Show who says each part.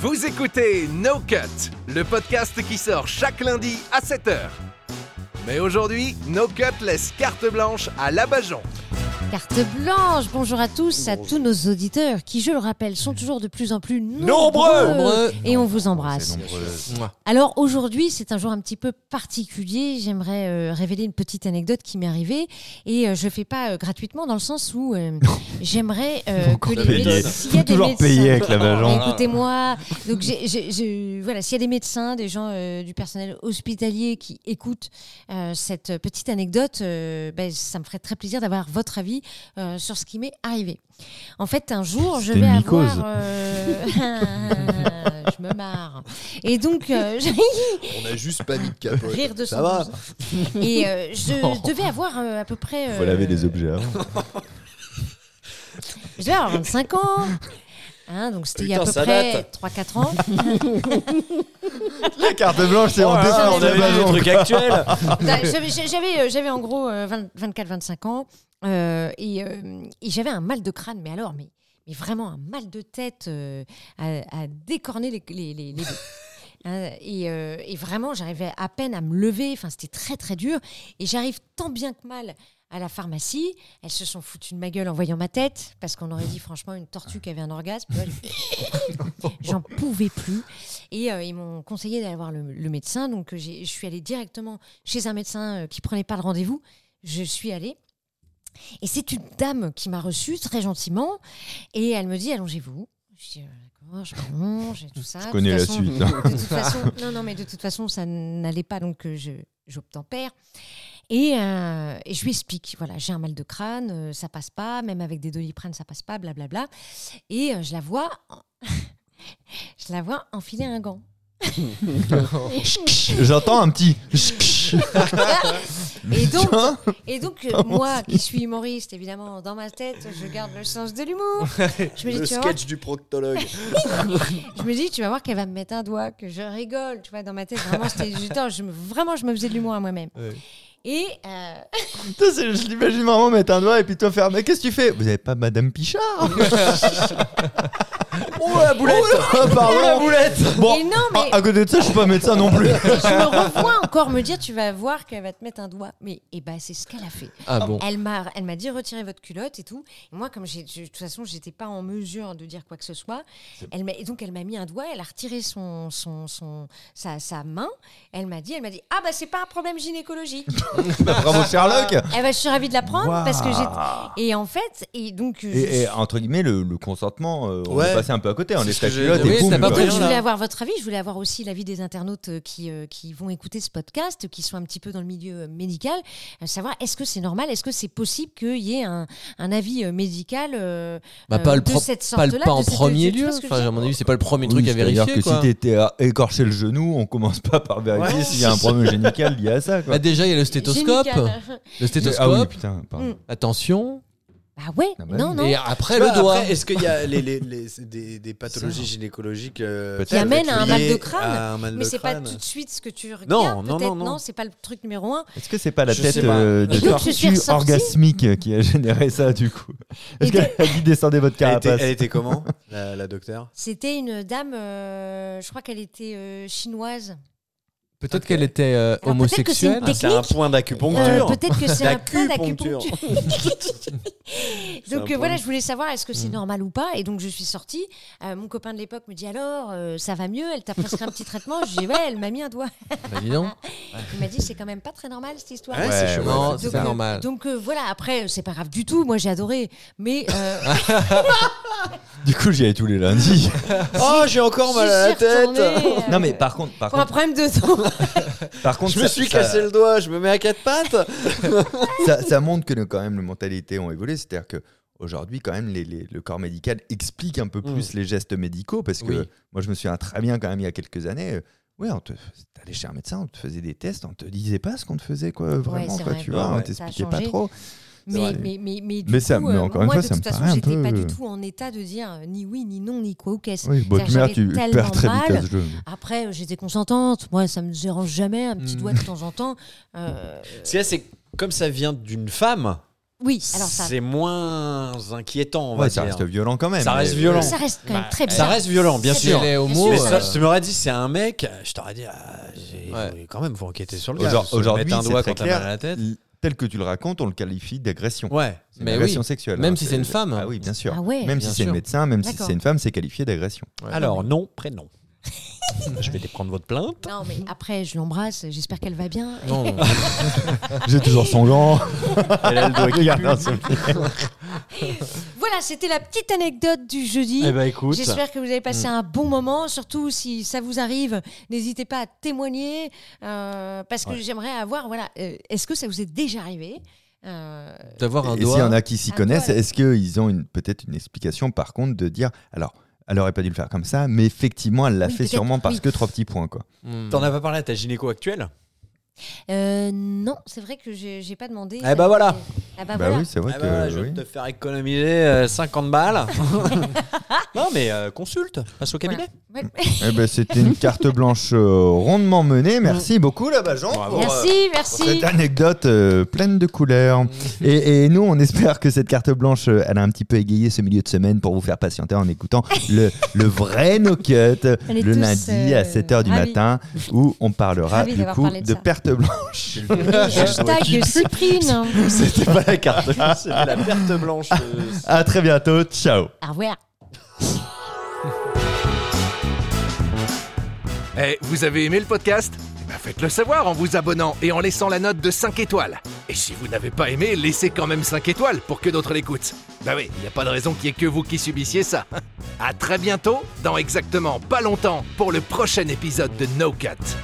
Speaker 1: Vous écoutez No Cut, le podcast qui sort chaque lundi à 7h. Mais aujourd'hui, No Cut laisse carte blanche à l'abajon.
Speaker 2: Carte blanche, bonjour à tous, à tous nos auditeurs qui, je le rappelle, sont toujours de plus en plus nombreux,
Speaker 3: Nombreux.
Speaker 2: et on vous embrasse. Alors aujourd'hui, c'est un jour un petit peu particulier, j'aimerais euh, révéler une petite anecdote qui m'est arrivée et euh, je ne fais pas euh, gratuitement dans le sens où euh, j'aimerais euh, que les
Speaker 4: payer.
Speaker 2: médecins... s'il y a des
Speaker 4: Toujours
Speaker 2: médecins-
Speaker 4: payé avec la Bajon.
Speaker 2: Mais Bah, Écoutez-moi, donc j'ai- j'ai- j'ai- voilà, s'il y a des médecins, des gens euh, du personnel hospitalier qui écoutent euh, cette petite anecdote, euh, ben, ça me ferait très plaisir d'avoir votre avis euh, sur ce qui m'est arrivé. En fait, un jour, je
Speaker 4: C'était
Speaker 2: vais
Speaker 4: une
Speaker 2: avoir,
Speaker 4: mycose.
Speaker 2: euh, je me marre. Et donc, euh, je-
Speaker 3: On a juste pas mis de capote.
Speaker 2: rire de
Speaker 3: Ça
Speaker 2: son
Speaker 3: va.
Speaker 2: douze. Et euh, je devais avoir euh, à peu près.
Speaker 4: Faut
Speaker 2: euh,
Speaker 4: laver des objets hein. avant.
Speaker 2: Je devais avoir 25 ans. Hein, donc c'était il y a à peu
Speaker 5: Putain, ça
Speaker 2: près
Speaker 5: date.
Speaker 2: 3-4 ans.
Speaker 4: La carte blanche, c'est
Speaker 5: Oh
Speaker 4: en
Speaker 5: là là, on avait vu des trucs actuels.
Speaker 2: Bah, j'avais- J'avais euh, j'avais en gros 24-25 ans euh, et, euh, et j'avais un mal de crâne, mais alors, mais, mais vraiment un mal de tête euh, à, à décorner les, les, les, les bœufs. Hein, et, euh, et vraiment, j'arrivais à peine à me lever. Enfin, c'était très très dur. Et j'arrive tant bien que mal à la pharmacie. Elles se sont foutues de ma gueule en voyant ma tête, parce qu'on aurait dit franchement une tortue qui avait un orgasme. Tu vois, j'ai- J'en pouvais plus. Et euh, ils m'ont conseillé d'aller voir le, le médecin. Donc, euh, j'ai- je suis allée directement chez un médecin euh, qui prenait pas le rendez-vous. Je suis allée. Et c'est une dame qui m'a reçue très gentiment. Et elle me dit Allongez-vous. Je dis euh, D'accord, je m'allonge et tout ça.
Speaker 4: Je
Speaker 2: De
Speaker 4: connais
Speaker 2: toute
Speaker 4: la
Speaker 2: façon,
Speaker 4: suite.
Speaker 2: de toute façon, non, non, mais de toute façon, ça n'allait pas, donc euh, je j'obtempère. Et, euh, et je lui explique, voilà, j'ai un mal de crâne, euh, ça passe pas, même avec des doliprane, ça passe pas, blablabla. Et euh, je la vois, en- je la vois enfiler un gant.
Speaker 4: J'entends un petit.
Speaker 2: Et donc,
Speaker 4: Tiens,
Speaker 2: et donc euh, moi, qui suis humoriste, évidemment, dans ma tête, je garde le sens de l'humour. Je me dis,
Speaker 3: Le
Speaker 2: tu vas voir,
Speaker 3: sketch du proctologue.
Speaker 2: je me dis, tu vas voir qu'elle va me mettre un doigt, que je rigole, tu vois, dans ma tête, vraiment, c'était du temps, je, me- vraiment, je me faisais de l'humour à moi-même.
Speaker 4: Ouais.
Speaker 2: Et euh,
Speaker 4: putain, c'est- je l'imagine vraiment mettre un doigt et puis toi faire. Mais qu'est-ce que tu fais Vous avez pas Madame Pichard
Speaker 5: Oh la boulette
Speaker 4: Ah, Pardon.
Speaker 5: Oh la boulette
Speaker 2: et
Speaker 4: Bon, ah,
Speaker 2: non, mais
Speaker 4: à à côté de ça, je suis pas médecin non plus.
Speaker 2: je me revois encore me dire tu vas voir qu'elle va te mettre un doigt mais et ben c'est ce qu'elle a fait
Speaker 5: Ah bon
Speaker 2: elle m'a elle m'a dit retirez votre culotte et tout et moi comme j'ai je- de toute façon j'étais pas en mesure de dire quoi que ce soit elle m'a et donc elle m'a mis un doigt elle a retiré son son, son sa, sa main elle m'a dit elle m'a dit ah bah c'est pas un problème gynécologique
Speaker 4: Bah, Bravo Sherlock.
Speaker 2: eh ben, je suis ravie de la prendre
Speaker 4: Waouh.
Speaker 2: parce que j'ai et en fait et donc je-
Speaker 4: Et, et, entre guillemets, le, le consentement, euh, on
Speaker 3: Ouais.
Speaker 4: est passé un peu à côté. On
Speaker 3: C'est
Speaker 4: laisse
Speaker 3: ce
Speaker 4: la
Speaker 3: que j'ai-
Speaker 4: culotte
Speaker 3: Oui,
Speaker 4: et boum.
Speaker 5: ça va
Speaker 4: quoi.
Speaker 5: pas.
Speaker 2: Donc, je
Speaker 5: Voyons là.
Speaker 2: voulais avoir votre avis, je voulais avoir aussi l'avis des internautes euh, qui, euh, qui vont écouter ce podcast, qui sont un petit peu dans le milieu euh, médical, euh, savoir est-ce que c'est normal, est-ce que c'est possible qu'il y ait un, un avis euh, médical euh,
Speaker 5: Bah,
Speaker 2: euh,
Speaker 5: pas le
Speaker 2: de
Speaker 5: pro-
Speaker 2: cette
Speaker 5: Pas,
Speaker 2: sorte-là
Speaker 5: le- pas en
Speaker 2: de cette-
Speaker 5: premier
Speaker 2: tu vois
Speaker 5: lieu.
Speaker 2: ce que je
Speaker 5: Enfin,
Speaker 2: veux
Speaker 5: à
Speaker 2: dire
Speaker 5: mon avis, c'est pas le premier
Speaker 4: Oui,
Speaker 5: truc à
Speaker 4: c'est-à-dire
Speaker 5: vérifier.
Speaker 4: que
Speaker 5: quoi.
Speaker 4: si t'étais à écorcher le genou, on commence pas par vérifier
Speaker 3: Ouais.
Speaker 4: s'il y a un problème génical lié à ça. Quoi.
Speaker 5: Bah, déjà, il y a le stéthoscope.
Speaker 2: Génical.
Speaker 5: Le
Speaker 4: ah oui,
Speaker 5: stéthoscope.
Speaker 4: putain, pardon.
Speaker 2: Mm.
Speaker 5: Attention.
Speaker 2: Bah ouais,
Speaker 4: Ah bah
Speaker 2: non,
Speaker 4: oui.
Speaker 2: non.
Speaker 5: Et après, le doigt.
Speaker 3: Après, Est-ce qu'il y a les, les- les- des, des pathologies gynécologiques euh,
Speaker 4: Peut-être. Qui
Speaker 2: amènent à un mal de
Speaker 3: liées
Speaker 2: crâne.
Speaker 3: à un mal
Speaker 2: Mais
Speaker 3: de
Speaker 2: c'est pas
Speaker 3: crâne.
Speaker 2: tout de suite ce que tu regardes.
Speaker 3: Non, non,
Speaker 2: peut-être,
Speaker 3: non, non.
Speaker 2: c'est pas le truc numéro un.
Speaker 4: Est-ce que c'est pas la
Speaker 3: Je
Speaker 4: tête
Speaker 3: sais pas.
Speaker 4: euh, de
Speaker 3: Et
Speaker 2: donc, je suis
Speaker 4: tortue
Speaker 2: ressortie.
Speaker 4: orgasmique euh, qui a généré ça du coup
Speaker 2: Et
Speaker 4: Est-ce qu'elle a dit descendez votre
Speaker 3: Elle était,
Speaker 4: carapace
Speaker 3: elle était comment, la, la docteure
Speaker 2: C'était une dame, euh, je crois qu'elle était euh, chinoise.
Speaker 5: Peut-être qu'elle était euh,
Speaker 2: Alors, peut-être que c'est une
Speaker 5: homosexuelle.
Speaker 2: Technique
Speaker 3: Ah, C'est un point
Speaker 2: Euh,
Speaker 3: d'acupuncture.
Speaker 2: Peut-être que c'est un point
Speaker 3: D'acupuncture.
Speaker 2: d'acupuncture.
Speaker 3: C'est un
Speaker 2: donc euh,
Speaker 3: point
Speaker 2: voilà,
Speaker 3: de-
Speaker 2: je voulais savoir est-ce que c'est
Speaker 4: Mm.
Speaker 2: normal ou pas. Et donc je suis sortie. Euh, mon copain de l'époque me dit alors, euh, ça va mieux, elle t'a prescrit un petit traitement. Je dis ouais, elle m'a mis un doigt.
Speaker 5: Bah, dis donc.
Speaker 2: Il m'a dit c'est quand même pas très normal cette histoire.
Speaker 3: Ouais, c'est chaud.
Speaker 5: Non,
Speaker 4: ouais,
Speaker 5: c'est
Speaker 2: Donc,
Speaker 5: pas
Speaker 2: euh,
Speaker 5: normal.
Speaker 2: Donc euh, voilà, après, c'est pas grave du tout. Moi j'ai adoré. Mais euh,
Speaker 4: Du coup, j'y allais tous les lundis.
Speaker 3: Oh, j'ai encore mal à la
Speaker 2: j'y suis
Speaker 3: tête
Speaker 2: retournée, euh,
Speaker 4: non, mais par contre, par
Speaker 2: Pour un
Speaker 4: contre,
Speaker 2: problème de dos.
Speaker 4: par contre
Speaker 3: Je me
Speaker 4: ça-
Speaker 3: suis
Speaker 4: ça-
Speaker 3: cassé le doigt, je me mets à quatre pattes
Speaker 4: ça, ça montre que quand même les mentalités ont évolué. C'est-à-dire que aujourd'hui, quand même, les- les- le corps médical explique un peu
Speaker 3: Mm.
Speaker 4: plus les gestes médicaux parce que
Speaker 5: Oui.
Speaker 4: moi, je me souviens très bien quand même il y a quelques années. euh, Ouais, on te allais chez un médecin, on te faisait des tests, on te disait pas ce qu'on te faisait quoi vraiment
Speaker 2: c'est
Speaker 4: quoi,
Speaker 2: vrai.
Speaker 4: tu vois,
Speaker 3: Ouais,
Speaker 4: on
Speaker 3: ouais.
Speaker 4: t'expliquait
Speaker 2: Ça a
Speaker 4: pas
Speaker 2: changé.
Speaker 4: trop. C'est
Speaker 2: Mais,
Speaker 4: vrai.
Speaker 2: mais, mais, mais, du
Speaker 4: Mais ça-
Speaker 2: coup,
Speaker 4: mais
Speaker 2: euh,
Speaker 4: encore une
Speaker 2: moi,
Speaker 4: fois,
Speaker 2: de
Speaker 4: ça
Speaker 2: toute
Speaker 4: me
Speaker 2: façon,
Speaker 4: paraît un
Speaker 2: j'étais pas
Speaker 4: peu-
Speaker 2: du tout en état de dire euh, ni oui, ni non, ni quoi ou qu'est-ce.
Speaker 4: Oui, bonne
Speaker 2: C'est-à-dire,
Speaker 4: mère,
Speaker 2: j'avais
Speaker 4: tu
Speaker 2: tellement
Speaker 4: perds très vite
Speaker 2: mal.
Speaker 4: à ce jeu.
Speaker 2: Après, euh, j'étais consentante. Moi, ça me dérange jamais, un petit
Speaker 5: Mm.
Speaker 2: doigt de temps en temps. Euh,
Speaker 3: Ce qu'il y a, c'est que comme ça vient d'une femme,
Speaker 2: Oui, alors ça,
Speaker 6: C'est moins inquiétant, on va
Speaker 4: Ouais, ça
Speaker 6: dire.
Speaker 4: reste violent quand même.
Speaker 6: Ça reste
Speaker 4: mais-
Speaker 6: violent.
Speaker 2: ça reste quand
Speaker 6: Bah,
Speaker 2: même très bien.
Speaker 6: ça reste violent, bien
Speaker 2: C'est
Speaker 6: sûr.
Speaker 5: Les
Speaker 2: bien
Speaker 5: homos,
Speaker 6: Mais
Speaker 2: sûr.
Speaker 6: ça,
Speaker 5: euh,
Speaker 6: si tu m'aurais dit, c'est un mec, je t'aurais dit, ah, j'ai-
Speaker 5: Ouais.
Speaker 6: quand même, faut enquêter sur le gars.
Speaker 4: Aujourd-
Speaker 6: se
Speaker 4: Aujourd'hui,
Speaker 6: mettre un
Speaker 4: c'est
Speaker 6: doigt
Speaker 4: très
Speaker 6: quand t'as mal à
Speaker 4: clair.
Speaker 6: la tête.
Speaker 4: Tel que tu le racontes, on le qualifie d'agression.
Speaker 6: Ouais.
Speaker 4: C'est une
Speaker 5: Mais oui.
Speaker 4: agression sexuelle.
Speaker 5: Même
Speaker 4: hein,
Speaker 5: si c'est une femme.
Speaker 4: Ah oui, bien sûr.
Speaker 2: Ah ouais.
Speaker 4: même
Speaker 5: Bien
Speaker 4: si c'est
Speaker 5: sûr.
Speaker 4: le médecin, même si
Speaker 2: D'accord.
Speaker 4: c'est une femme, c'est qualifié d'agression.
Speaker 6: Alors, nom, prénom. je vais prendre votre plainte.
Speaker 2: Non, mais après, je l'embrasse, j'espère qu'elle va bien.
Speaker 5: Non,
Speaker 2: Ah,
Speaker 4: J'ai toujours son gant.
Speaker 6: Elle a le doigt qui pue.
Speaker 2: Voilà, c'était la petite anecdote du jeudi.
Speaker 6: Eh ben, écoute. Hmm.
Speaker 2: J'espère que vous avez passé un bon moment. Surtout si ça vous arrive, n'hésitez pas à témoigner euh, parce que j'aimerais avoir. Voilà, euh, est-ce que ça vous est déjà arrivé Euh,
Speaker 5: d'avoir un
Speaker 4: Et s'il y
Speaker 5: doigt.
Speaker 4: en a qui s'y
Speaker 2: Un
Speaker 4: connaissent,
Speaker 2: doigt.
Speaker 4: est-ce qu'ils ont une- peut-être une explication par contre de dire alors elle aurait pas dû le faire comme ça, mais effectivement elle l'a
Speaker 2: Oui,
Speaker 4: fait
Speaker 2: peut-être,
Speaker 4: sûrement parce
Speaker 2: oui.
Speaker 4: que trois petits points quoi.
Speaker 5: Hmm.
Speaker 6: T'en as pas parlé à ta gynéco actuelle
Speaker 2: euh, Non, c'est vrai que j'ai j'ai pas demandé.
Speaker 6: Eh ben voilà.
Speaker 2: Ah bah
Speaker 4: bah
Speaker 2: voilà.
Speaker 4: oui, c'est vrai
Speaker 6: Ah
Speaker 4: que
Speaker 6: bah, Je
Speaker 4: oui.
Speaker 6: vais te faire économiser euh, 50 balles. non, mais euh, consulte, passe au cabinet.
Speaker 2: Ouais.
Speaker 4: Eh ben, c'était une carte blanche euh, rondement menée. Merci beaucoup là-bas Jean pour, euh,
Speaker 2: Merci,
Speaker 4: pour
Speaker 2: merci.
Speaker 4: cette anecdote euh, pleine de couleurs. Et, et nous, on espère que cette carte blanche, euh, elle a un petit peu égayé ce milieu de semaine pour vous faire patienter en écoutant le, le vrai No Cut euh,
Speaker 2: On est
Speaker 4: le
Speaker 2: tous,
Speaker 4: lundi
Speaker 2: euh,
Speaker 4: à 7h du
Speaker 2: ravis.
Speaker 4: matin où on parlera
Speaker 2: Ravis
Speaker 4: du
Speaker 2: d'avoir
Speaker 4: coup
Speaker 2: parlé
Speaker 4: de,
Speaker 2: de ça.
Speaker 4: perte blanche.
Speaker 2: Hashtag Cyprine.
Speaker 6: C'était pas la carte, c'est la perte blanche. euh,
Speaker 4: à très bientôt. Ciao.
Speaker 2: Au revoir.
Speaker 1: Eh, vous avez aimé le podcast Eh ben, Faites-le savoir en vous abonnant et en laissant la note de 5 étoiles. Et si vous n'avez pas aimé, laissez quand même 5 étoiles pour que d'autres l'écoutent. Bah oui, il n'y a pas de raison qu'il y ait que vous qui subissiez ça. À très bientôt, dans exactement pas longtemps, pour le prochain épisode de No Cut.